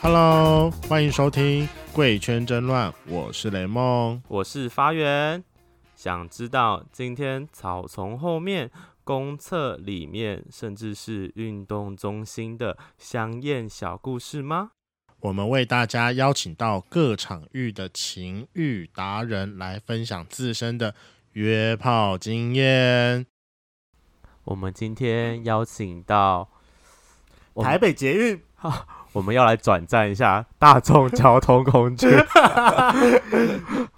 Hello，欢迎收听《贵圈争乱》，我是雷梦。我是发源。想知道今天草丛后面、公厕里面，甚至是运动中心的香艳小故事吗？我们为大家邀请到各场域的情欲达人来分享自身的约炮经验。我们今天邀请到我们台北捷运我们要来转战一下大众交通工具。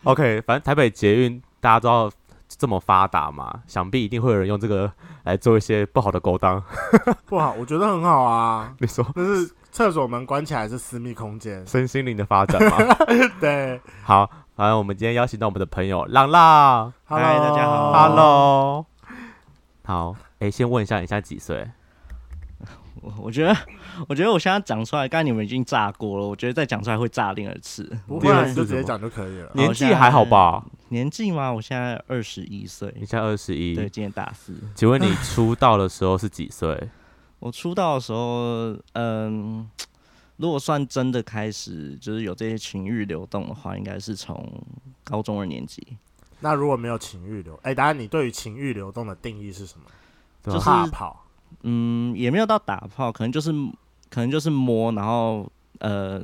OK，反正台北捷运大家知道这么发达嘛，想必一定会有人用这个来做一些不好的勾当。 不好，我觉得很好啊。你说，但是厕所门关起来是私密空间身心灵的发展嘛？对。好，反正我们今天邀请到我们的朋友浪浪 Hello，大家好，Hello。好，哎、先问一下，你现在几岁？我我觉得，我觉得我现在讲出来，刚才你们已经炸锅了。我觉得再讲出来会炸另二次。不第会二啊，次你就直什么接讲就可以了。年现纪在还好吧？年纪吗？我现在二十一岁，你现在二十对，一，今年大四。请问你出道的时候是几岁？我出道的时候，嗯，如果算真的开始就是有这些情欲流动的话，应该是从高中二年级，那如果没有情欲流，哎，当然你对于情欲流动的定义是什么？对就是怕跑，嗯，也没有到打炮，可能就是可能就是摸，然后呃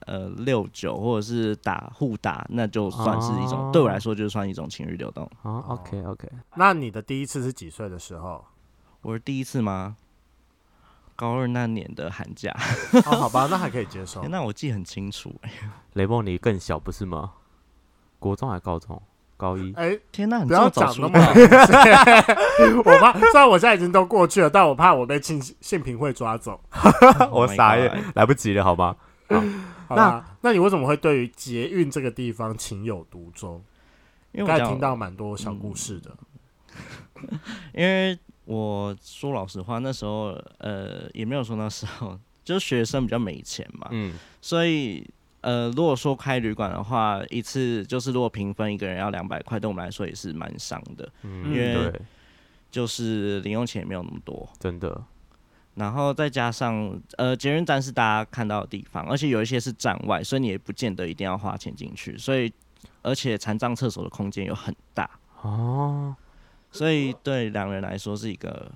呃六九或者是打互打，那就算是一种、哦对我来说就是算一种情欲流动。哦，OK OK，那你的第一次是几岁的时候？我是第一次吗？高二那年的寒假，哦，好吧，那还可以接 受诶。那我记很清楚、哎诶雷梦你更小不是吗？国中还是高中？高一？哎，天呐，你不要这么早讲出那道么， 我怕，虽然我现在已经都过去了，但我怕我被性性平会抓走。 我 Oh my 傻眼 God，来不及了，好吗？好吧，那你为什么会对于捷运这个地方情有独钟？因为刚我才听讲，到蛮多小故事的。因为我说老实话，那时候呃也没有说那时候， 就是学生比较没钱嘛，嗯，所以呃如果说开旅馆的话，一次就是如果平分一个人要两百块，对我们来说也是蛮伤的，嗯，因为对，就是零用钱也没有那么多，真的，然后再加上呃，捷运站是大家看到的地方，而且有一些是站外，所以你也不见得一定要花钱进去。所以，而且残障厕所的空间又很大哦，所以对两人来说是一个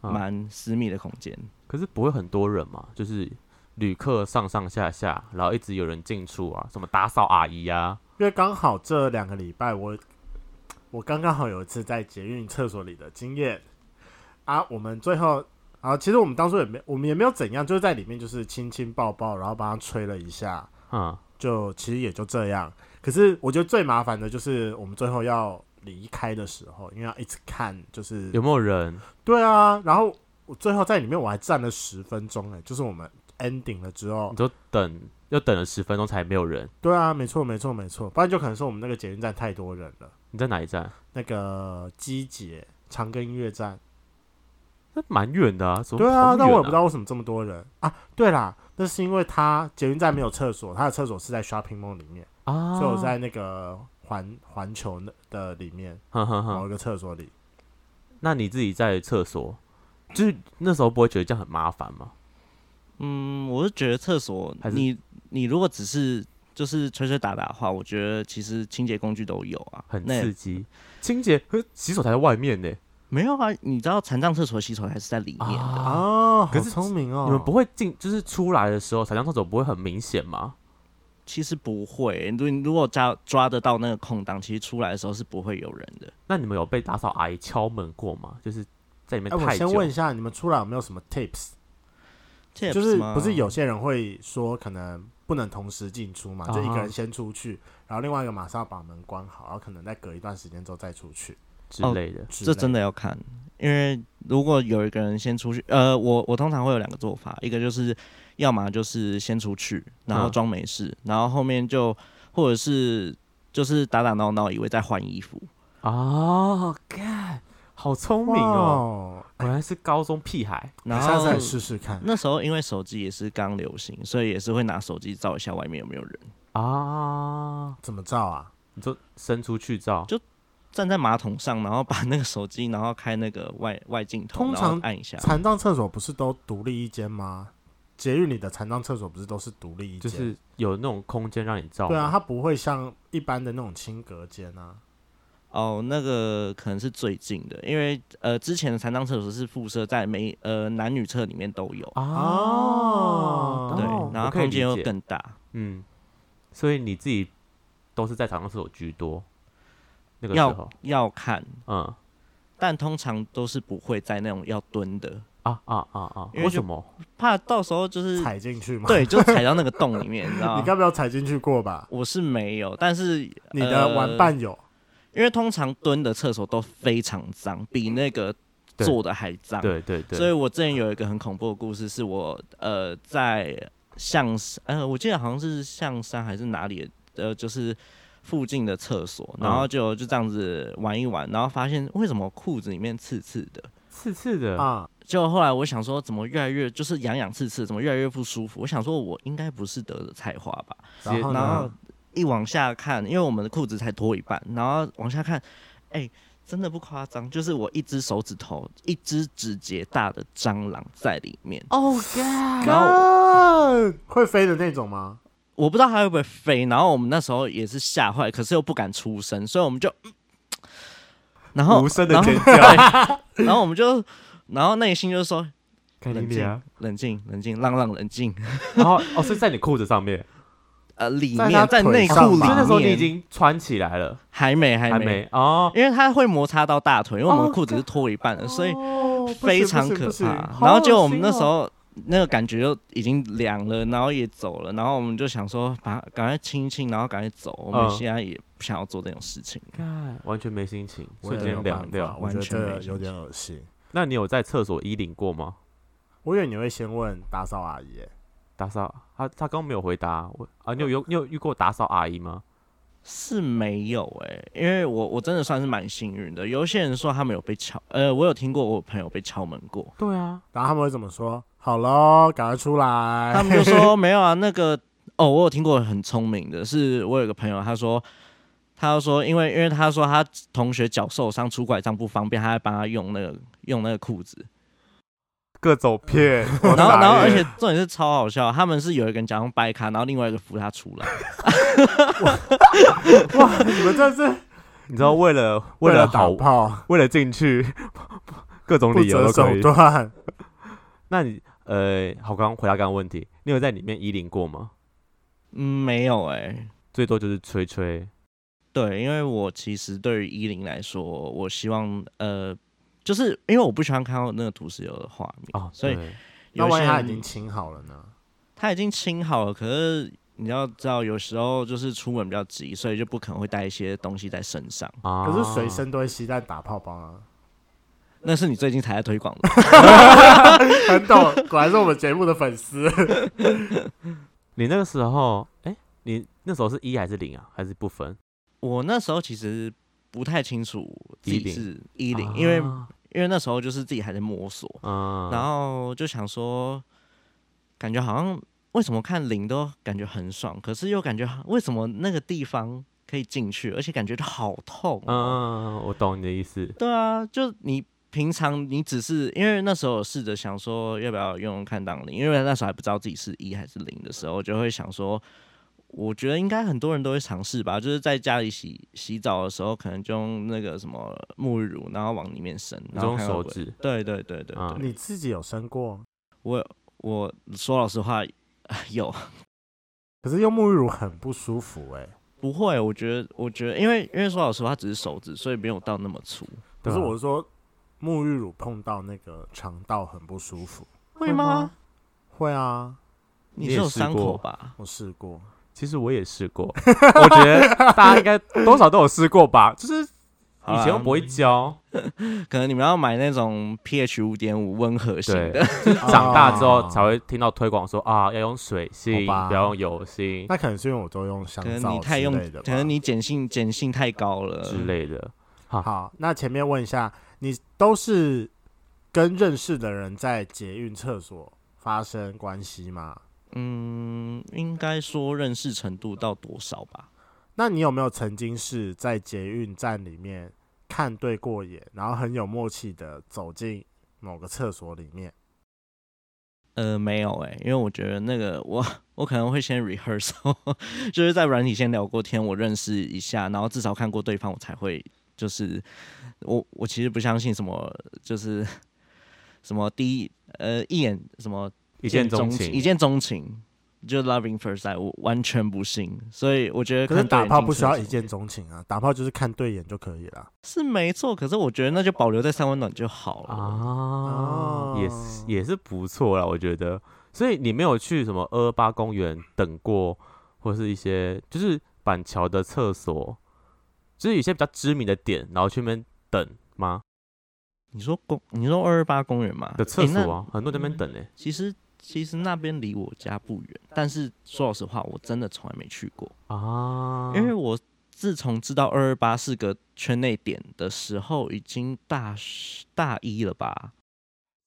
啊蛮私密的空间。可是不会很多人嘛，就是旅客上上下下，然后一直有人进出啊，什么打扫阿姨啊，因为刚好这两个礼拜我，我刚刚好有一次在捷运厕所里的经验啊。我们最后啊，其实我们当初也没，我们也没有怎样，就是在里面就是亲亲抱抱，然后帮他吹了一下，嗯，就其实也就这样。可是我觉得最麻烦的就是我们最后要离开的时候，因为要一直看，就是有没有人？对啊。然后我最后在里面我还站了十分钟，哎，就是我们 ending 了之后你，就等，又等了十分钟才没有人。对啊，没错没错没错，不然就可能是我们那个捷运站太多人了。你在哪一站？那个机捷长庚音乐站。那蛮远的啊，怎么对跑啊，那么但远我也不知道为什么这么多人啊。对啦，那是因为他捷运站没有厕所，他的厕所是在 shopping mall 里面，啊，所以我在那个环环球那的里面哼哼哼某一个厕所里。那你自己在厕所，就是那时候不会觉得这样很麻烦吗？嗯，我是觉得厕所还，是你你如果只是就是吹吹打打的话，我觉得其实清洁工具都有啊，很那刺激。清洁和洗手台在外面呢，没有啊？你知道残障厕所的洗手台是在里面的，啊，哦，可好是聪明哦！你们不会进，就是出来的时候，才上厕所不会很明显吗？其实不会。如你如果抓抓得到那个空档，其实出来的时候是不会有人的。那你们有被打扫阿姨敲门过吗？就是在里面哎，我太久。先问一下，你们出来有没有什么 tips？ Tips 就是吗不是有些人会说可能不能同时进出嘛，就一个啊人先出去，然后另外一个马上把门关好，然后可能再隔一段时间之后再出去之哦类的，之类。这真的要看，因为如果有一个人先出去，呃，我我通常会有两个做法，一个就是要么就是先出去，然后嗯装没事，然后后面就或者是就是打打闹闹，以为在换衣服。哦，干，好聪明哦！哦！果然是高中屁孩，然下次后来试试看。那时候因为手机也是刚流行，所以也是会拿手机照一下外面有没有人。啊！怎么照啊？你就伸出去照，就站在马桶上，然后把那个手机，然后开那个外外镜头，通然后常按一下。残障厕所不是都独立一间吗？捷运里的残障厕所不是都是独立一就间，是有那种空间让你照。对啊，，它不会像一般的那种轻隔间啊。哦，那个可能是最近的，因为呃，之前的残障厕所是附设在每呃男女厕里面都有，哦，对哦，然我后可以空间理又解更大。嗯，所以你自己都是在长上厕所居多，那个时要候，要看，嗯，但通常都是不会在那种要蹲的，啊啊啊啊，因为为就什么？怕到时候就是踩进去吗？对，就踩到那个洞里面，你 知道 你吗？该不要踩进去过吧？我是没有，但是你的玩，呃伴有，因为通常蹲的厕所都非常脏，比那个对坐的还脏。对对所以对，我之前有一个很恐怖的故事，是我呃在象山，呃，我记得好像是象山还是哪里的，呃，就是附近的厕所，然后就就这样子玩一玩，然后发现为什么裤子里面刺刺的。刺刺的，啊，就后来我想说，怎么越来越就是痒痒刺刺，怎么越来越不舒服？我想说，我应该不是得了菜花吧？直接啊然后呃然后呢？一往下看，因为我们的裤子才脱一半，然后往下看，哎、真的不夸张，就是我一只手指头，一只指节大的蟑螂在里面。哦 god，然后干会飞的那种吗？我不知道它会不会飞，然后我们那时候也是吓坏，可是又不敢出声，所以我们就，嗯然后无声的然后尖叫，然后我们就，然后内心就说看冷你啊静，冷静，冷静，浪浪冷静。然后哦是在你裤子上面，呃，里在面他在腿内上裤所以里吧面，那时候你已经穿起来了，还没还还没，没哦，因为它会摩擦到大腿，因为我们哦的裤子是脱一半的，所以哦不行非常不行可不行怕。好然后恶就我们心那时哦候那个感觉就已经凉了，然后也走了，然后我们就想说把赶快清一清，然后赶快走。我们嗯现在也不想要做这种事情。干完全没心情，我瞬也没有间办凉法，掉。我觉完得全这没个心有点恶心。那你有在厕所衣领过吗？我以为你会先问打扫阿姨耶，打扫，他他刚没有回答我啊。你有有你有遇过打扫阿姨吗？是没有哎、因为我我真的算是蛮幸运的。有一些人说他们有被敲，呃，我有听过我朋友被敲门过，对啊，然后他们会怎么说？好喽，赶快出他来。们就说没有啊，那个哦，我有听过很聪明的，是我有个朋友，他说，他就说，因为因为他说他同学脚受伤拄拐杖不方便，他还帮他用那个用那个裤子，各种骗。我然后傻然后眼而且重点是超好笑，他们是有一个人假装掰开，然后另外一个扶他出 来，哇，你们这 是你知道为了为了了打好炮为了进去， 各种不理由择都手可以。段。那你呃，好，刚刚回答刚刚问题，你有在里面衣领过吗？嗯，没有哎、最多就是吹吹。对，因为我其实对于依林来说，我希望呃，就是因为我不喜欢看到那个土石流的画面，哦，所以对 那有万些一他人已经清好了呢？他已经清好了，可是你要知道，有时候就是出门比较急，所以就不可能会带一些东西在身上。啊，可是随身都会携带打泡包啊，那是你最近才在推广 的。很懂，果然是我们节目的粉丝。你那个时候，哎，你那时候是一还是零啊？还是不分？我那时候其实不太清楚自己是一衣啊零，因为因为那时候就是自己还在摸索，嗯，然后就想说，感觉好像为什么看零都感觉很爽，可是又感觉好为什么那个地方可以进去，而且感觉到好痛、嗯嗯，嗯我懂你的意思。对啊，就你平常你只是因为那时候有试着想说要不要用用看当零，因为那时候还不知道自己是一还是零的时候，就会想说，我觉得应该很多人都会尝试吧，就是在家里洗洗澡的时候，可能就用那个什么沐浴乳，然后往里面伸，你然后用看手会不会。指，对对对对对，嗯你自己有生过？我我说老实话， 有可是用沐浴乳很不舒服哎、不会？我觉得我觉得，因为因为说老实话，只是手指，所以没有到那么粗，可对是啊我是说，沐浴乳碰到那个肠道很不舒服。会吗？会啊，你你也是有试伤口过吧？我试过。其实我也试过， 我觉得大家应该多少都有试过吧，就是好以啦前又不会教，可能你们要买那种 pH 五点五温和型对的，， 长大之后哦才会听到推广说啊，要用水性，哦好吧不要用油性那可能是因为我都用香可能皂你之太用类的，吧。可能你碱性碱性太高了之类的。好，那前面问一下，你都是跟认识的人在捷运厕所发生关系吗？嗯，应该说认识程度到多少吧？那你有没有曾经是在捷运站里面看对过眼，然后很有默契的走进某个厕所里面？呃，没有哎、因为我觉得那个我我可能会先 rehearsal，就是 在软体先聊过天，我认识一下，然后至少看过对方，我才会就是我我其实不相信什么就是什么第一呃一眼什么一见钟情情，一见钟情。就 loving first sight，我完全不信，所以我觉得可是看打对眼炮睛不需是有要什一么见钟情啊，打炮就是看对眼就可以了。是没错，可是我觉得那就保留在三温暖就好了。啊，也是哦也是不错啦，我觉得。所以你没有去什么二二八公园等过，或是一些就是板桥的厕所，就是有一些比较知名的点，然后去那边等吗？你说公，你说二二八公园嘛的厕诶那所啊，很多人在那边等呢、其实其实那边离我家不远，但是说老实话，我真的从来没去过，啊，嗯因为我自从知道二二八是个圈内点的时候，已经大十大一了吧？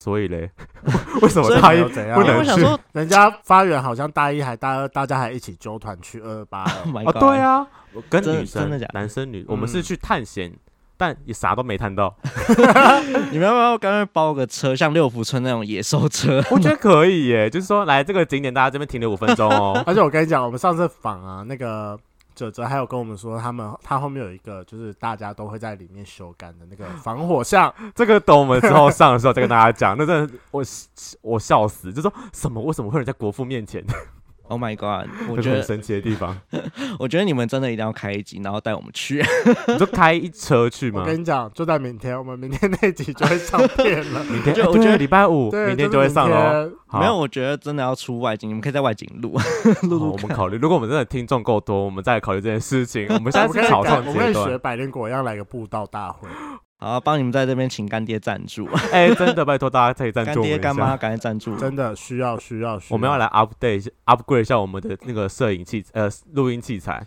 所以嘞， 为什么所以大没一有怎样啊不因为能我想去 说人家发源好像大一还大二，大家还一起揪团去二二八 ，Oh my 啊？ God，对，啊，我跟真的女生、真的假的男生女，我们是嗯。去探险，但也啥都没探 到。你们要不要干脆包个车，像六福村那种野兽车？我觉得可以耶，就是说来这个景点，大家这边停留五分钟哦 而且我跟你讲，我们上次访啊，那个哲哲还有跟我们说，他们他后面有一个就是大家都会在里面修干的那 个防火巷，这个等我们之后上的时候再跟大家讲。那真的我我笑死，就说什么为什么会有人在国父面前？ Oh my god！我这是觉很得，神奇的地方。我觉得你们真的一定要开一集，然后带我们去。你就开一车 去我吗？跟你讲，就在明天，我们明天那集就会上片 了。明天，我觉得哎我对觉得礼拜五，对，明天就就会上哦喽。喽。 好没有，我觉得真的要出外景，你们可以在外景录。 好我们考虑，如果我们真的听众够多，我们再考虑这件事情。我们现在我是跟你草创讲，我阶跟学段，百灵果一样来个布道大会。好，帮你们在这边请干爹赞助，哎、真的拜托大家可以赞干助我们爹一干妈下。赶快赞助。真的需要需要需要，我们要来 update 一下 upgrade 一下我们的那个摄影器呃录音器材。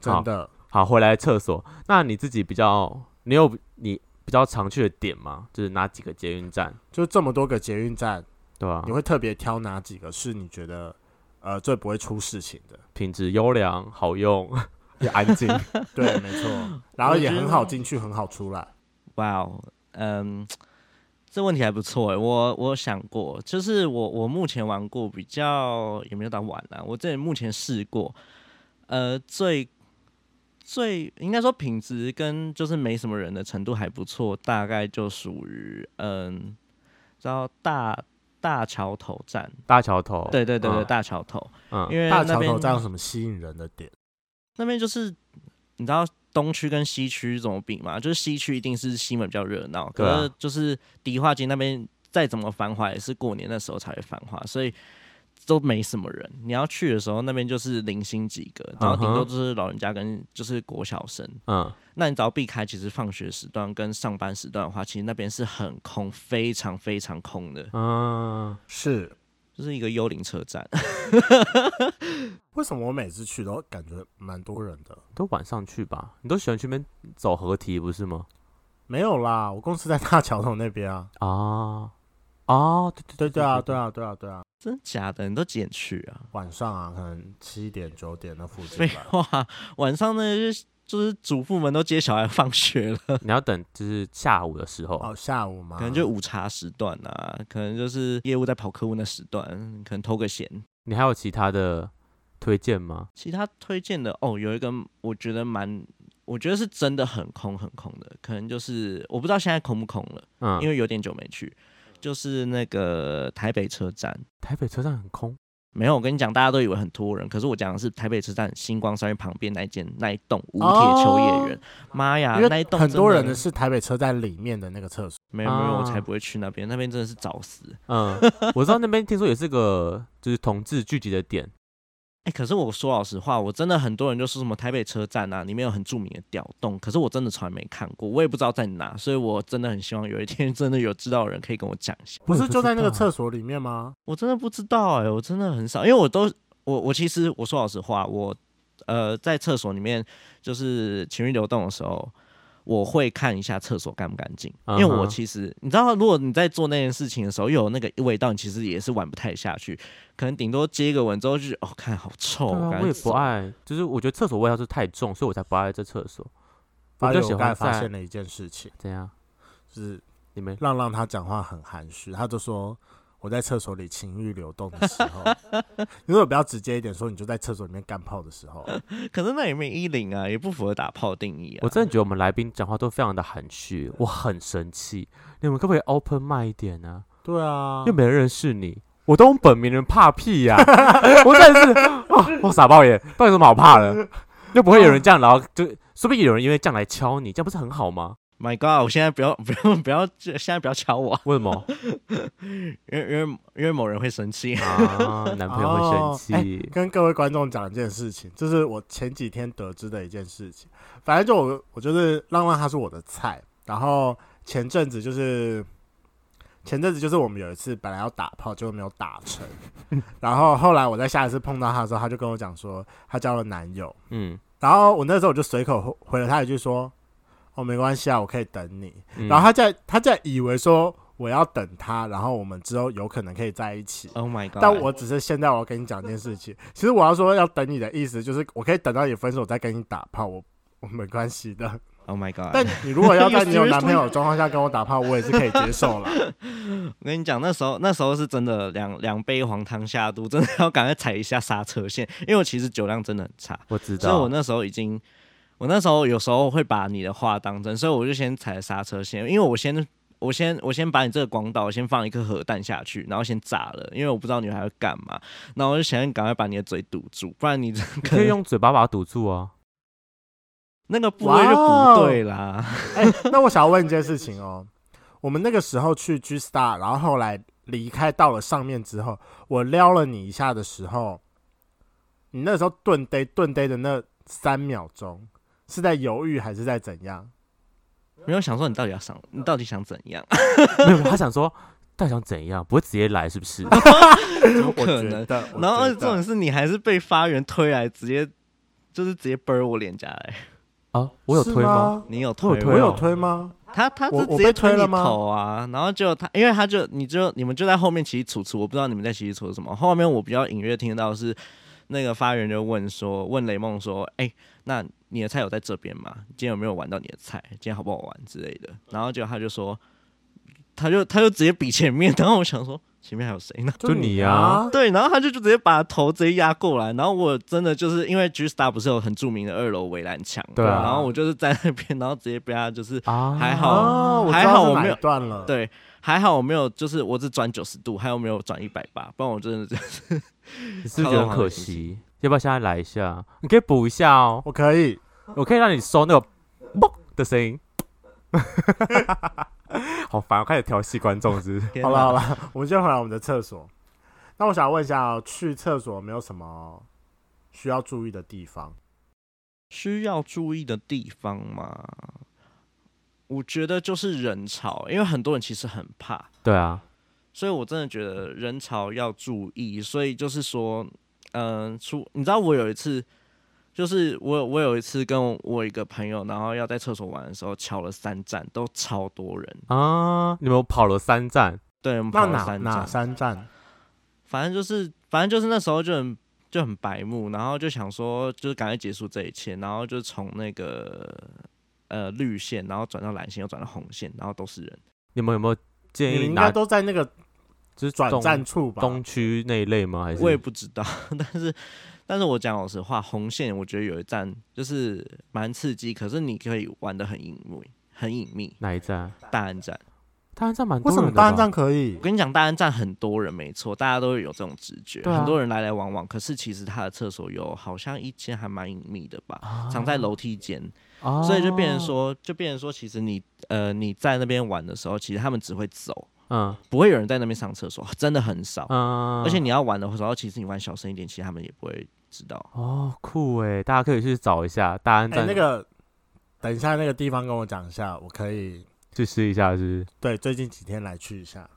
真的，好，回来厕所。那你自己比较，你有你比较常去的点吗？就是哪几个捷运站？就这么多个捷运站，对啊吧、你会特别挑哪几个是你觉得呃最不会出事情的？品质优良、好用、 也安 静。对，没 错，然后也很好进去，很好出来。哇哦，嗯，这问题还不错哎，我我想过，就是我我目前玩过比较也没有到玩啦、我这里目前试过，呃，最最应该说品质跟就是没什么人的程度还不错，大概就属于嗯，叫大大桥头站，大桥头，对对对对，嗯大桥头，因嗯，哦啊为大那桥边头站有什么吸引人的点？那边就是你知道东区跟西区怎么比吗？就是西区一定是西门比较热闹，对啊可是就是迪化街那边再怎么繁华，也是过年的时候才会繁华，所以都没什么人。你要去的时候，那边就是零星几个，然后顶多嗯哼就是老人家跟就是国小生。嗯，那你只要避开，其实放学时段跟上班时段的话，其实那边是很空，非常非常空的，嗯，是就是一个幽灵车站。 为什么我每次去都感觉蛮多人的？都晚上去吧。你都喜欢去那边走合体不是吗？没有啦， 我公司在大桥头那边 啊。啊，哦，对对对对啊，对，啊，对啊，对啊，真假的，你都几点去啊？晚上啊，可能七点九点那附近废吧。话，晚上呢就是就是祖父们都接小孩放学了，你要等就是下午的时候，哦，下午吗？可能就午茶时段啊，可能就是业务在跑客户那时段，可能偷个闲。你还有其他的推荐吗？其他推荐的哦，有一个我觉得蛮，我觉得是真的很空很空的，可能就是我不知道现在空不空了，啊嗯，为因为有点久没去，就是那个台北车站。台北车站很空，没有，我跟你讲，大家都以为很多人，可是我讲的是台北车站星光三月旁边那一间那一栋五铁秋叶原，妈呀，哦因啊那一为栋很真多人的是台北车站里面的那个厕所，没有没有，我才啊不会去那边，那边真的是找死。嗯，我知道那边听说也是个 就是同志聚集的点，哎、可是我说老实话，我真的很多人就说什么台北车站啊，里面有很著名的屌洞，可是我真的从来没看过，我也不知道在哪，所以我真的很希望有一天 真的有知道的人可以跟我讲一下。不是就在那个侧厕所里面吗？我真的不知道哎、我真的很少，因为我都我我其实我说老实话，我呃在厕所里面就是情绪流动的时候。我会看一下厕所干不干净，因为嗯我哼其实你知道，如果你在做那件事情的时候又有那个味道，你其实也是玩不太下去，可能顶多接一个吻之后就是哦，看好臭，对啊，赶我快也走不爱，就是我觉得厕所味道是太重，所以我才不爱这厕所。我而且比较我喜刚才发欢现在了一件事情，怎样？就是你们让让他讲话很含蓄，他就说：“我在厕所里情欲流动的时 候，如果比较直接一点说，你就在厕所里面干炮的时候，可是那也没一零啊，也不符合打炮定义啊。我真的觉得我们来宾讲话都非常的含蓄，我很生气。你们可不可以 open 麦一点呢、对啊又，没人认识你，我都用本名人怕屁呀、 我真的是， 哦、我傻爆眼，到底有什么好怕的？又不会有人这样，然后就说不定有人因为这样来敲你，这样不是很好吗？ My God！我现在不要不要不要，现在不要敲我，为什么因为因为因为某人会生气。啊？男朋友会生哦气，跟各位观众讲一件事情，这是我前几天得知的一件事情。反正就我，我就是浪浪，他是我的菜。然后前阵子就是前阵子就是我们有一次本来要打炮，结果没有打成。然后后来我在下一次碰到他的时候，他就跟我讲说他交了男友。嗯然后我那时候我就随口回回了他一句说：“哦，没关系啊，我可以等你。嗯，然后他在他在以为说我要等他，然后我们之后有可能可以在一起。 Oh my God！但我只是现在我要跟你讲一件事情， 其实我要说要等你的意思就是我可以等到你分手再跟你打炮，我我没关系 的。 Oh my God！但你如果要在你有男朋友的状况下跟我打炮，我也是可以接受 了。我跟你讲，那时候那时候是真的两两杯黄汤下肚，真的要赶快踩一下刹车线，因为我其实酒量真的很差，我知所以道，我那时候已经，我那时候有时候会把你的话当真，所以我就先踩刹车线，因为我先我先我先把你这个广岛先放一颗核弹下去，然后先炸了，因为我不知道女孩会干嘛，那我就想赶快把你的嘴堵住，不然你这你可可以能用嘴巴把它堵住啊。那个部位就哇不哦对啦。哎、那我想要问一件事情哦，我们那个时候去 G Star，然后后来离开到了上面之后，我撩了你一下的时候，你那时候顿呆顿呆的那三秒钟是在犹豫还是在怎 样？没有想说你到底要想，你到底想怎样？没有，他想说，到底想怎样？不会直接来是不是？ 怎么我可觉能？得，我然后而觉且重得点是你还是被发源推来，直接就是直接啵我脸颊来。啊，我有是推吗？吗？你有我推有吗我推有哦推吗？他，他我是直我接被推推你了吗头啊，然后就他，因为他就你就你们就在后面起起楚楚，我不知道你们在起起楚楚什么。后面我比较隐约听到的是那个发源就问说，问雷梦说，哎、那你的菜有在这边吗？今天有没有玩到你的菜？今天好不好玩之类的。然后结果他就说，他就他就直接比前面， 然后我想说前面还有谁呢？就你啊对，然后他就就直接把头直接压过来，然后我真的就是因为 G Star 不是有很著名的二楼围栏墙嘛，对啊然后我就是在那边，然后直接被他就是啊，还啊！好哦，我知还道好是我哪没一有段了。对，还好我没有，就是我只转九十度，还有没有转一百八，不然我真的是你是不是觉得很可惜？要不要现在来一下？你可以补一下哦，我可以，我可以让你收那个“嘣”的声音。好烦，我开始调戏观众是不是天好了哪好了，我们先回来我们的厕所。那我想问一下哦，去厕所有没有什么需要注意的地方？需要注意的地方嘛，我觉得就是人潮，因为很多人其实很怕，对啊，所以我真的觉得人潮要注意。所以就是说，嗯、出你知道我有一次，就是我我有一次跟我一个朋友，然后要在厕所玩的时候，敲了三站，都超多人。啊，你们跑了三站，对，我们那跑了哪三哪站，三站？反正就是反正就是那时候就很就很白目，然后就想说就是赶快结束这一切，然后就从那个呃绿线，然后转到蓝线，又转到红线，然后都是人。你们有没有你建们议应拿该都在那个就是转东站处吧？东区那一类吗？还是我也不知道， 但是但是我讲老实话，红线我觉得有一站就是蛮刺激，可是你可以玩的很隐秘，很隐秘。哪一站？大安站，大安站蛮多为什人么的大安吧站可以我？跟你讲，大安站很多人，没错，大家都会有这种直觉，对啊很多人来来往往。可是其实他的厕所有好像一间还蛮隐秘的吧，啊藏在楼梯间。啊所以就变成，说，就变成说，其实你呃你在那边玩的时候，其实他们只会走，嗯不会有人在那边上厕所，真的很少。嗯，而且你要玩的时候，其实你玩小声一点，其实他们也不会知道。哦酷哎，大家可以去找一下大安哎，站那个等一下那个地方跟我讲一下，我可以去试一下是不是？对最近几天来去一下。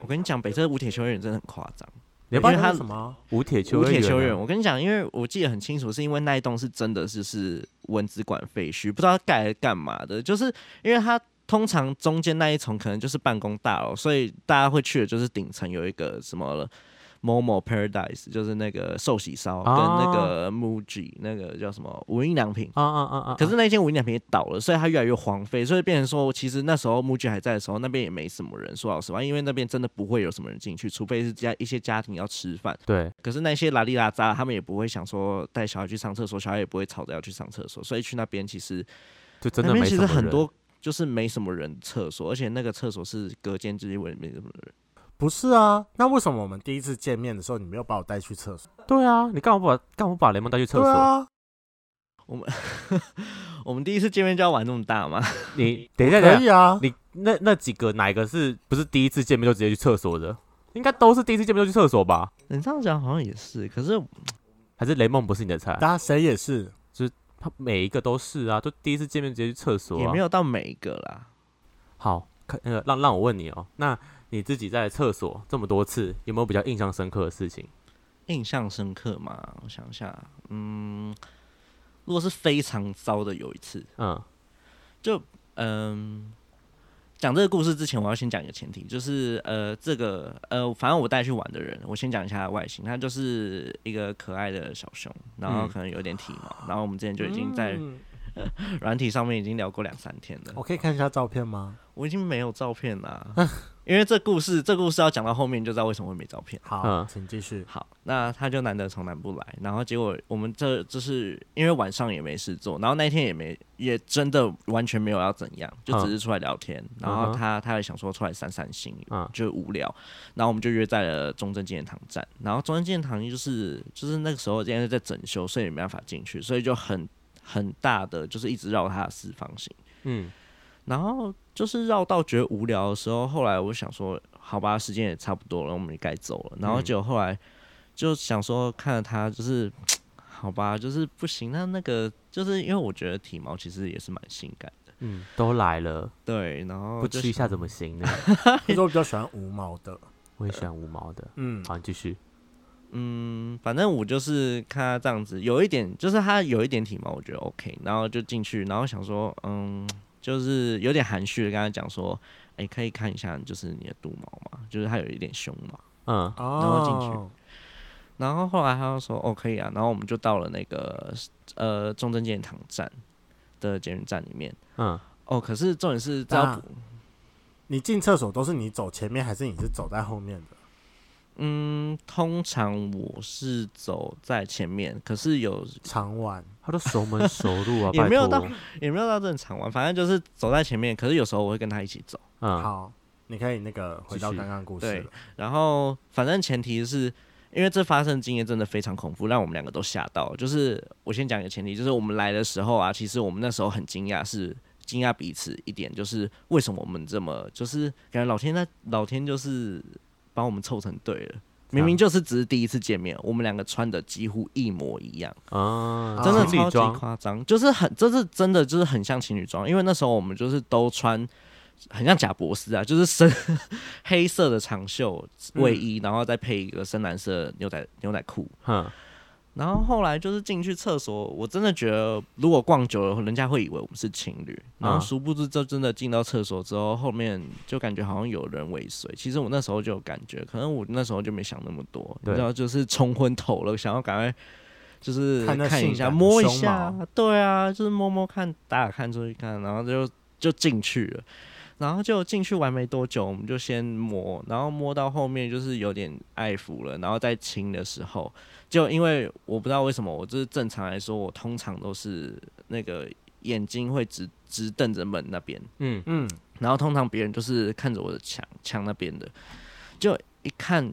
我跟你讲，北车五铁球员真的很夸张。你要因帮为它是哎什么？五铁球五铁球员员，啊我跟你讲，因为我记得很清楚，是因为那一栋是真的就是文资馆废墟，不知道盖来干嘛的，就是因为它。通常中间那一层可能就是办公大楼，所以大家会去的就是顶层有一个什么了 Momo Paradise，就是那个寿喜烧跟啊那个 Muji 那个叫什么无印良品。啊啊啊啊！可是那间无印良品也倒了，所以它越来越荒废，所以变成说，其实那时候木剧还在的时候，那边也没什么人。说老实话，因为那边真的不会有什么人进去，除非是家一些家庭要吃饭。对，可是那些拉里拉扎，他们也不会想说带小孩去上厕所，小孩也不会吵着要去上厕所，所以去那边其实就真那的边没其什实么很人多就是没什么人厕所，而且那个厕所是隔间之外没什么人。不是啊，那为什么我们第一次见面的时候你没有把我带去厕所？对啊，你干嘛不把干嘛不把雷蒙带去厕对所？啊，我们 我们第一次见面就要玩那么大吗？ 你等一下，等可一以下，啊，你那那几个哪一个是不是第一次见面就直接去厕所的？应该都是第一次见面就去厕所吧？你这样讲好像也是，可是还是雷蒙不是你的菜？大家谁也是，他每一个都是啊，就第一次见面直接去厕所、啊，也没有到每一个啦。好，可那个让让我问你哦，那你自己在厕所这么多次，有没有比较印象深刻的事情？印象深刻嘛？我想一下，嗯，如果是非常糟的，有一次，嗯，嗯，讲这个故事之前，我要先讲一个前提，就是呃，这个呃，反正我带去玩的人，我先讲一下他的外形，他就是一个可爱的小熊，然后嗯可能有点体毛，然后我们之前就已经在嗯 软体上面已经聊过两三天了，我可以看一下照片吗？我已经没有照片啦， 因为这故事这故事要讲到后面就知道为什么会没照片。好，嗯请继续。好，那他就难得从南部来，然后结果我们这就是因为晚上也没事做，然后那天也没也真的完全没有要怎样，就只是出来聊天，然后他他也想说出来散散心，嗯就无聊，然后我们就约在了中正纪念堂站，然后中正纪念堂就是就是那个时候现在在整修，所以没办法进去，所以就很很大的就是一直绕它的四方形。嗯，然后就是绕到觉得无聊的时候，后来我想说，好吧，时间也差不多了，我们也该走了。然嗯后结果后来就想说，看了他就是，好吧，就是不行。那那个就是因为我觉得体毛其实也是蛮性感的，嗯，都来了，对。然后不哦就吃一下怎么行呢？其实我比较喜欢无毛的， 我也喜欢无毛的。嗯，好，你继续。嗯，反正我就是看他这样子，有一点就是他有一点体毛，我觉得 OK，然后就进去，然后想说，嗯，就是有点含蓄的跟他讲说，哎、可以看一下就是你的肚毛嘛，就是他有一点胸毛。嗯，哦，进去然后后来他就说哦可以啊，然后我们就到了那个呃中正纪念堂站的捷运站里面。嗯，哦，可是重点是这要啊补，你进厕所都是你走前面，还是你是走在后面的？嗯，通常我是走在前面，可是有长晚他都熟门熟路啊， 也拜没有托到也没有到正常玩，反正就是走在前面，可是有时候我会跟他一起走。嗯，好，你可以那个回到继续刚刚故对事了。然后反正前提是因为这发生的经验真的非常恐怖，让我们两个都吓到。就是我先讲一个前提，就是我们来的时候啊，其实我们那时候很惊讶，是惊讶彼此一点，就是为什么我们这么 就是感觉老天在老天就是把我们凑成对了。明明就是只是第一次见面，我们两个穿的几乎一模一样，嗯，真的情超侣级装，夸张，就是很，这是真的，就是很像情侣装，因为那时候我们就是都穿很像贾博士啊，就是深 黑色的长袖卫衣，然后再配一个深蓝色的牛仔牛仔裤。嗯，然后后来就是进去厕所，我真的觉得如果逛久了，人家会以为我们是情侣。然后嗯殊不知，这真的进到厕所之后，后面就感觉好像有人尾随。其实我那时候就有感觉，可能我那时候就没想那么多，你对知道，就是冲昏头了，想要赶快就是看那看一性感下、的摸一胸下毛，对啊，就是摸摸看、打打看、注意看，然后就就进去了。然后就进去玩没多久，我们就先摸，然后摸到后面就是有点爱抚了，然后再亲的时候，就因为我不知道为什么，我就是正常来说，我通常都是那个眼睛会直直瞪着门那边，嗯，嗯，然后通常别人就是看着我的墙墙那边的，就一看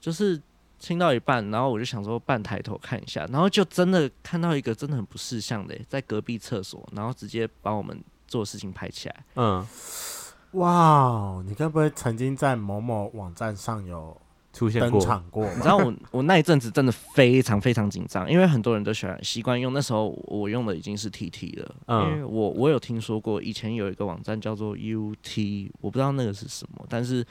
就是亲到一半，然后我就想说半抬头看一下，然后就真的看到一个真的很不识相的欸，在隔壁厕所，然后直接把我们做的事情拍 起来。嗯，哇哦，你该不会曾经在某某网站上有出现登过，场过你吧？知道我我那一阵子真的非常非常紧张，因为很多人都喜欢习惯用，那时候我用的已经是 TT 了，嗯因为我我有听说过以前有一个网站叫做 UT，我不知道那个是什么，但是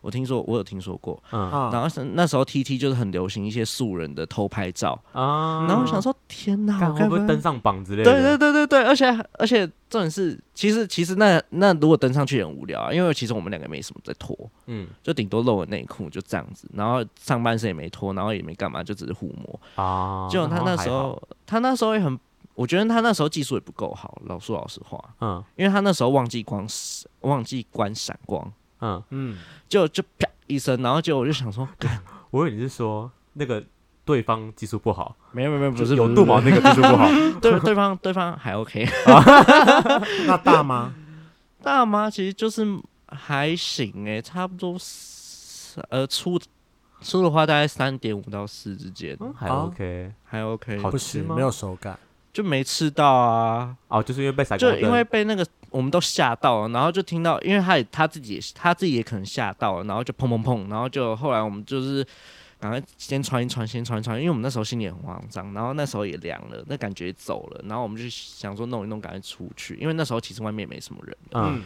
我听说我有听说过。嗯啊然后是那时候 T T 就是很流行一些素人的偷拍照，啊，然后我想说天哪，看我会该不会会登上榜之类的？对对对对对，而且而且重点是，其实其实那那如果登上去也很无聊啊，因为其实我们两个没什么在脱，嗯就顶多露了内裤就这样子，然后上半身也没脱，然后也没干嘛，就只是互摸。啊，结果他好像那还时好，候他那时候也很，我觉得他那时候技术也不够好，老说老实话，嗯因为他那时候忘记光忘记关闪光，嗯，嗯，就就啪一声，然后结果我就想说，干我以为你是说那个对方技术不好，没有没有没有不就是有不是肚毛那个技术不好， 对对方对方还 OK， 那大吗？大妈其实就是还行哎、差不多是呃粗粗的话大概三点五到四之间，嗯，还好 OK。还 OK，好不吃行，吗没有手感。就没吃到啊，哦，就是因为被闪光就灯，因为被那个我们都吓到了，然后就听到，因为他也他自己也他自己也可能吓到了，然后就砰砰砰，然后就后来我们就是。赶快先穿一穿，先穿一穿，因为我们那时候心里也很慌张，然后那时候也凉了，那感觉也走了，然后我们就想说弄一弄，赶快出去，因为那时候其实外面也没什么人。嗯，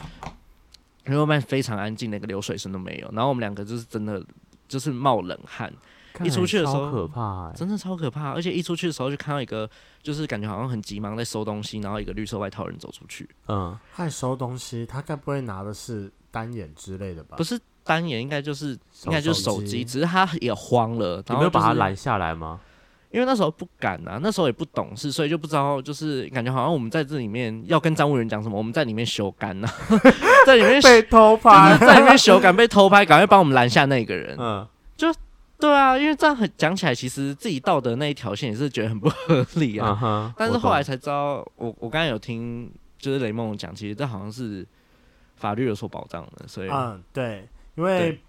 因为外面非常安静，连个流水声都没有。然后我们两个就是真的就是冒冷汗，看一出去的超时候可怕欸，真的超可怕。而且一出去的时候就看到一个，就是感觉好像很急忙在收东西，然后一个绿色外套人走出去，嗯，害收东西，他该不会拿的是单眼之类的吧？不是，是单眼，应该就是手应该就是手手机机，只是他也慌了，你没然后有把他就是拦下来吗？因为那时候不敢啊，那时候也不懂事，所以就不知道，就是感觉好像我们在这里面要跟站务员讲什么，我们在里面修干呢， 在里 面被偷拍，在里面修干被偷拍，赶快帮我们拦下那个人。嗯，对啊，因为这样很讲起来，其实自己道德那一条线也是觉得很不合理啊。嗯哼， 但是我后来懂才知道，我我刚才有听就是雷梦讲，其实这好像是法律有所保障的，所以、 啊嗯，对，因为对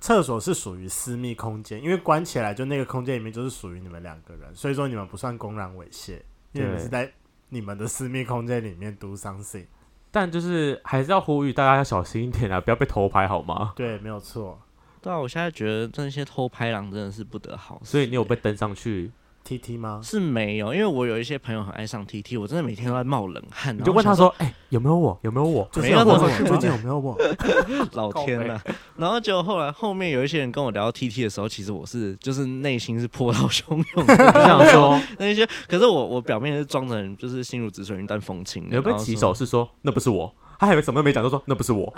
厕所是属于私密空间，因为关起来就那个空间里面就是属于你们两个人，所以说你们不算公然猥亵，因为你们对是在你们的私密空间里面 do something。但就是还是要呼吁大家要小心一点啊，不要被偷拍好吗？对，没有错。对啊，我现在觉得那些偷拍狼真的是不得好死。所以你有被登上去， T T 吗？是没有，因为我有一些朋友很爱上 TT，我真的每天都在冒冷汗。你然就后问他想说：“哎、有没有我？有没有我就是没有有没有我我最近有没有我？老天呐、 然后就后来后面有一些人跟我聊到 TT 的时候，其实我是就是内心是波涛汹涌？”我的，想说，那一些，可是我我表面是装成就是心如止水、云淡风轻的。有没然有后起手说是说那不是我，他还以为什么都没讲，就说那不是我。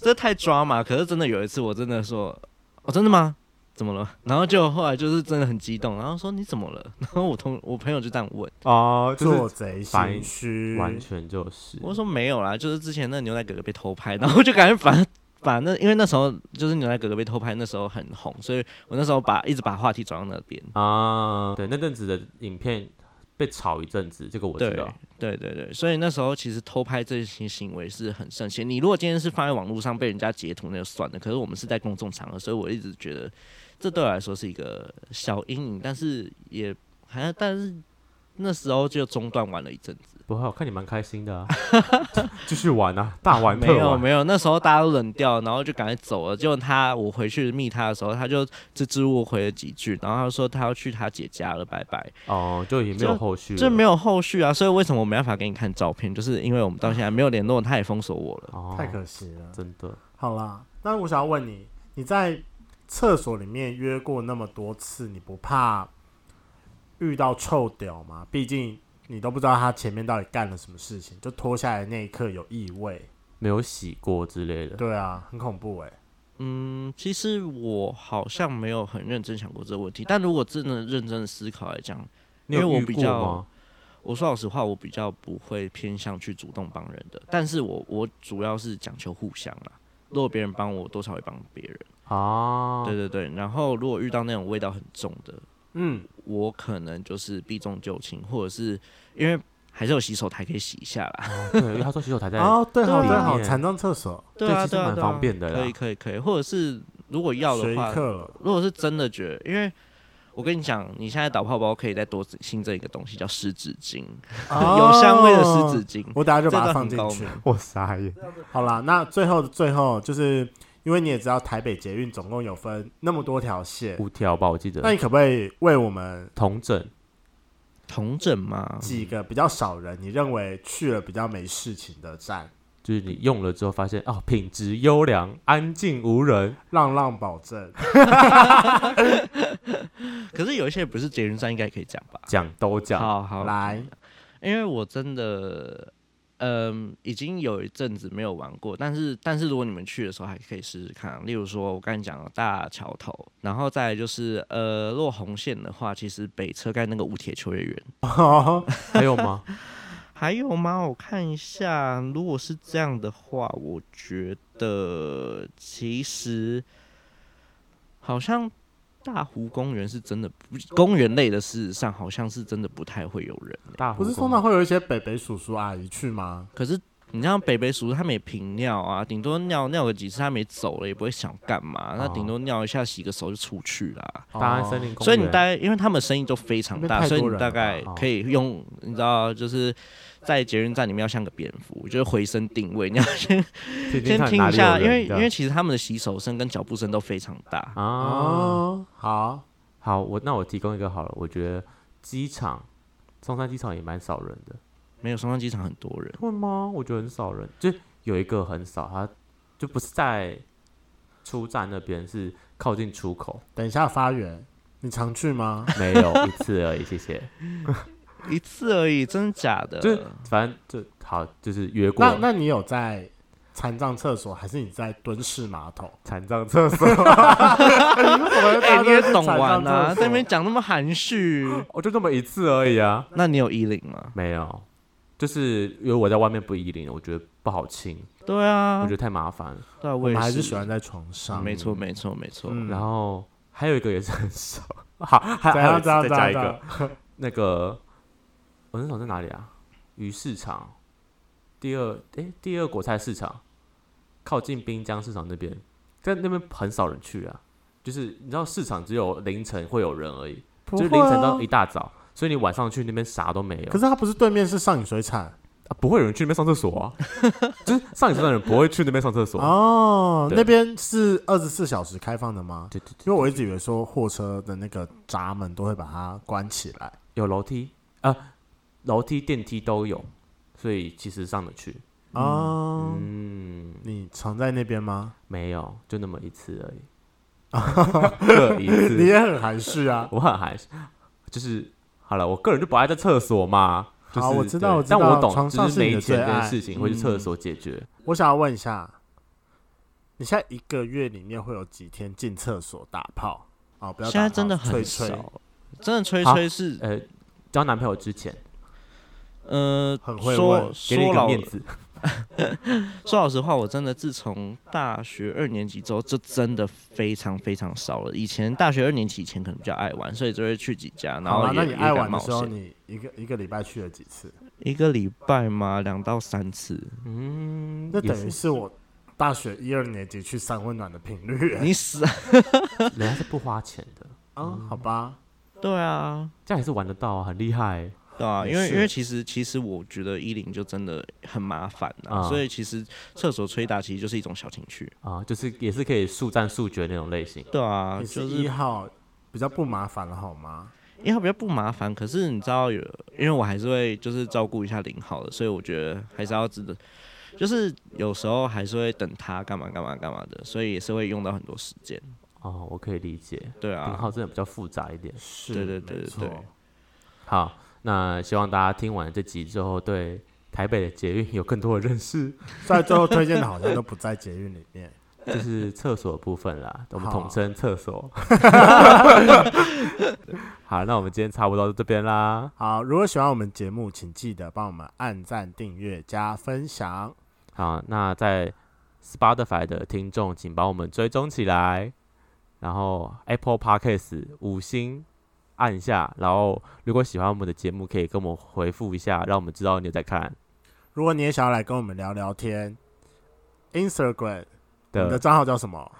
这太抓嘛！可是真的有一次，我真的说，哦，真的吗？怎么了？然后就后来就是真的很激动，然后说你怎么了？ 然后我同我朋友就这样问，哦、做就贼反心虚是，完全就是，我说没有啦，就是之前那牛奶哥哥被偷拍， 然后我就赶快把把那因为那时候就是牛奶哥哥被偷拍，那时候很红，所以我那时候把一直把话题转到那边。啊，对，那阵子的影片被炒一阵子，这个我知对道。对对对，所以那时候其实偷拍这些行为是很盛行。你如果今天是放在网络上被人家截图，那就算了。可是我们是在公众场合，所以我一直觉得这对我来说是一个小阴影，但是也还但是那时候就中断玩了一阵子。不会，我看你蛮开心的、啊， 继续玩啊，大玩没特有玩。没有，那时候大家都冷掉，然后就赶快走了。结果他我回去密他的时候，他就支支吾吾回了几句，然后他说他要去他姐家了，拜拜。哦，就也没有后续了，这没有后续啊，所以为什么我没办法给你看照片？就是因为我们到现在没有联络，他也封锁我了。哦，太可惜了。真的。好啦，那我想要问你，你在厕所里面约过那么多次，你不怕遇到臭屌吗？毕竟你都不知道他前面到底干了什么事情，就脱下来那一刻有异味。没有洗过之类的，对啊，很恐怖哎、嗯，其实我好像没有很认真想过这个问题，但如果真的认真的思考来讲，你因为有我遇比过较吗？我说老实话，我比较不会偏向去主动帮人的，但是我我主要是讲求互相啦。如果别人帮我，我多少会帮别人。啊，对对对，然后如果遇到那种味道很重的，嗯，我可能就是避重就轻，或者是因为还是有洗手台可以洗一下啦。对，因为他说洗手台在，哦，对好对啊对好，对残障厕所对啊，其实对啊，蛮对方啊，便的啦可以可以可以，或者是如果要学的一话，课了，如果是真的觉得，因为我跟你讲，你现在打泡包可以再多新增一个东西，叫湿纸巾，有香味的湿哦，纸巾。我等下就把它这段放很进高去。我傻眼，好啦，那最后的最后，就是因为你也知道台北捷运总共有分那么多条线，五条吧，我记那得你可不可以为我们同整同枕嘛，几个比较少人，你认为去了比较没事情的站，就是你用了之后发现哦，品质优良，安静无人，浪浪保证，可是有一些不是捷运站，应该可以讲吧？讲都讲，好好，来， 因为我真的，嗯，已经有一阵子没有玩过，但是但是如果你们去的时候还可以试试看，例如说我刚才讲的大桥头，然后再来就是呃，落红线的话，其实北车盖那个五铁秋叶原，哦，还有吗？还有吗？我看一下，如果是这样的话，我觉得其实好像。大湖公园是真的不，公园类的事实上好像是真的不太会有人、欸。 大湖不是公通常会有一些北北叔叔阿姨去吗？可是你像北北叔，他们也频尿啊，顶多尿尿个几次，他没走了，也不会想干哦嘛。那顶多尿一下，洗个手就出去啦。大安森林公园，哦所以你大概，因为他们声音都非常那边大，太所多以人你了大概吧哦可以用，你知道，就是在捷运站里面要像个蝙蝠，就是回声定位，你要先听先看听哪一里下，有因为人这啊样因为其实他们的洗手声跟脚步声都非常大。啊，哦，好，好，我那我提供一个好了，我觉得机场松山机场也蛮少人的，没有松山机场很多人，会吗？我觉得很少人，就有一个很少，他就不是在出站那边，是靠近出口，等一下发源，你常去吗？没有一次而已，谢谢。一次而已，真的假的？就是反正就好，就是约过那那你有在残障厕所，还是你在蹲式马桶？ 残障厕 所，哎、你也懂玩啊啊，在那边讲那么含 蓄，我就这么一次而已啊，那你有衣领吗？没有。就是因为我在外面不依领，我觉得不好清，对啊我觉，得太麻烦了。对啊，我我也们还是喜欢在床上。没错，没错，没错。嗯然后还有一个也是很少， 好，还怎还有一样次怎样再怎样加一怎个样？那个，我那时候在哪里啊？鱼市场，第二诶，第二国菜市场，靠近滨江市场那边，但那边很少人去啊。就是你知道市场只有凌晨会有人而已，不就是会凌晨啊到一大早，所以你晚上去那边啥都没有。可是它不是对面是上饮水产啊不会有人去那边上厕 所啊，就是上你身的人不会去那边上厕所。哦，对那边是二十四小时开放的吗？对对对，因为我一直以为说货车的那个闸门都会把它关起来。有楼梯啊，楼梯、电梯都有，所以其实上得去。哦，嗯，你常在那边 吗？ 没有，就那么一次而已，各一次。你也很含蓄啊。我很还是就是好了，我个人就不爱在厕所嘛。就是、好我知道对我知但我道懂，床就上是是你每的一天最这件爱事情会去厕嗯所解决。我想要问一下，你现在一个月里面会有几天进厕所打炮？哦，不要打现在炮真的很吹少，吹，真的吹好吹是呃，交男朋友之前，呃，很会说问给你一说个老面子，说老实话，我真的自从大学二年级之后，就真的非常非常少了。以前大学二年级以前可能比较爱玩，所以就会去几家，然好后啦也那你也爱敢玩的冒时候，险你一个一个礼拜去了几次？一个礼拜嘛，两到三次。嗯，那也等于是是我大学一二年级去三温暖的频率欸你死啊？人家是不花钱的，啊，嗯好吧，对啊，这样也是玩得到啊，很厉害。对啊，也因为是因为其实其实我觉得一零就真的很麻烦啊，啊所以其实厕所吹打其实就是一种小情趣。啊，就是也是可以速战速决那种类型。对啊，你是就是一号，比较不麻烦了好吗？一号比较不麻烦，可是你知道有，因为我还是会就是照顾一下零号的，所以我觉得还是要值得，就是有时候还是会等他干嘛干嘛干嘛的，所以也是会用到很多时间。哦，我可以理解，对零啊，号真的比较复杂一点。是，对对对没对错 对好，那希望大家听完这集之后，对台北的捷运有更多的认识，虽然最后推荐的好像都不在捷运里面， 就是厕所的部分啦，我们好统称厕所。 好，那我们今天差不多到这边啦，好，如果喜欢我们节目，请记得帮我们按赞、订阅、加分享。好，那在 Spotify 的听众，请帮我们追踪起来，然后 Apple Podcast 五星按下，然后如果喜欢我们的节目，可以跟我们回复一下，让我们知道你有在看如果你也想要来跟我们聊聊天，Instagram 你的的。账号叫什么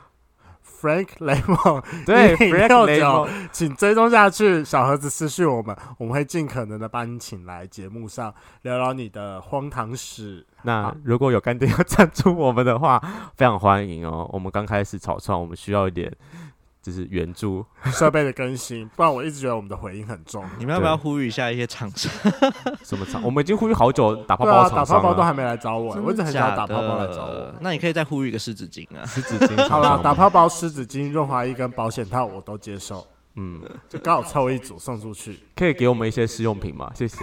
？Frank Lemon， 对一 零，Frank 六 Lemon 九请追踪下去，小盒子私讯我们，我们会尽可能的把你请来节目上聊聊你的荒唐史。 那如果有干爹要赞助我们的话，非常欢迎哦。我们刚开始草创，我们需要一点就是援助。设备的更新，不然我一直觉得我们的回音很重。你们要不要呼吁一下一些厂商？什么厂？我们已经呼吁好久打泡对泡啊，的厂打泡商泡都了，还没来找我，我一直很想假要打泡泡来找我的。，那你可以再呼吁一个湿纸巾啊。湿纸巾厂 商好啦，打嘛泡泡、湿纸巾、润滑液跟保险套我都接受，嗯，就刚好凑一组送出去。 可以给我们一些试用品吗？谢谢。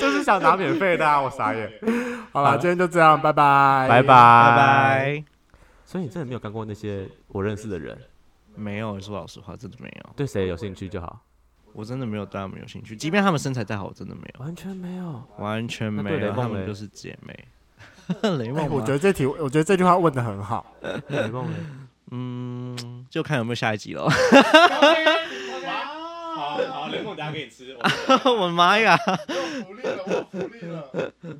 就是想拿免费的啊，我傻眼。好好啦，今天就这样，拜拜，拜拜。拜拜。所以你真的没有干过那些我认识的人，没有，说老实话，真的没有，对谁有兴趣就好，我真的没有对他们有兴趣。即便他们身材再好，我真的没有，完全没 有。完全那没对雷有。他梦嘞们就是姐妹。雷哎。梦吗，我觉得这题，我觉得这句话问的很好。雷梦嘞，嗯，就看有没有下一集喽。好好，雷梦等下给你吃。我的妈呀！我有福利了，我有福利了。